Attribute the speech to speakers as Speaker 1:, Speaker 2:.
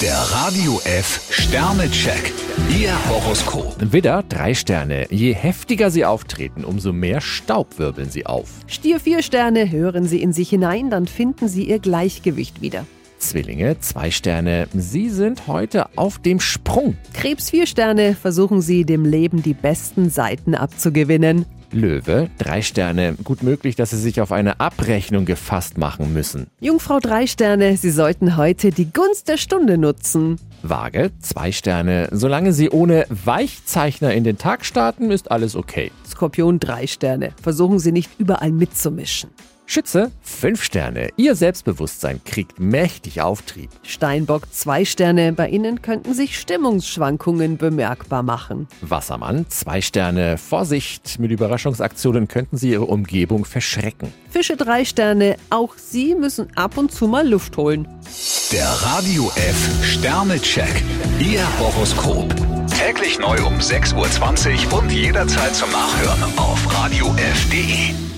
Speaker 1: Der Radio F Sternecheck. Ihr Horoskop.
Speaker 2: Widder, drei Sterne. Je heftiger sie auftreten, umso mehr Staub wirbeln sie auf.
Speaker 3: Stier vier Sterne, hören Sie in sich hinein, dann finden Sie Ihr Gleichgewicht wieder.
Speaker 2: Zwillinge, zwei Sterne. Sie sind heute auf dem Sprung.
Speaker 3: Krebs vier Sterne, versuchen Sie dem Leben die besten Seiten abzugewinnen.
Speaker 2: Löwe, drei Sterne. Gut möglich, dass sie sich auf eine Abrechnung gefasst machen müssen.
Speaker 3: Jungfrau drei Sterne, Sie sollten heute die Gunst der Stunde nutzen.
Speaker 2: Waage, zwei Sterne. Solange sie ohne Weichzeichner in den Tag starten, ist alles okay.
Speaker 3: Skorpion drei Sterne, versuchen Sie nicht überall mitzumischen.
Speaker 2: Schütze, fünf Sterne. Ihr Selbstbewusstsein kriegt mächtig Auftrieb.
Speaker 3: Steinbock zwei Sterne, bei Ihnen könnten sich Stimmungsschwankungen bemerkbar machen.
Speaker 2: Wassermann, zwei Sterne. Vorsicht, mit Überraschungsaktionen könnten sie ihre Umgebung verschrecken.
Speaker 3: Fische drei Sterne, auch Sie müssen ab und zu mal Luft holen.
Speaker 1: Der Radio F Sternecheck. Ihr Horoskop. Täglich neu um 6.20 Uhr und jederzeit zum Nachhören auf Radio radiof.de.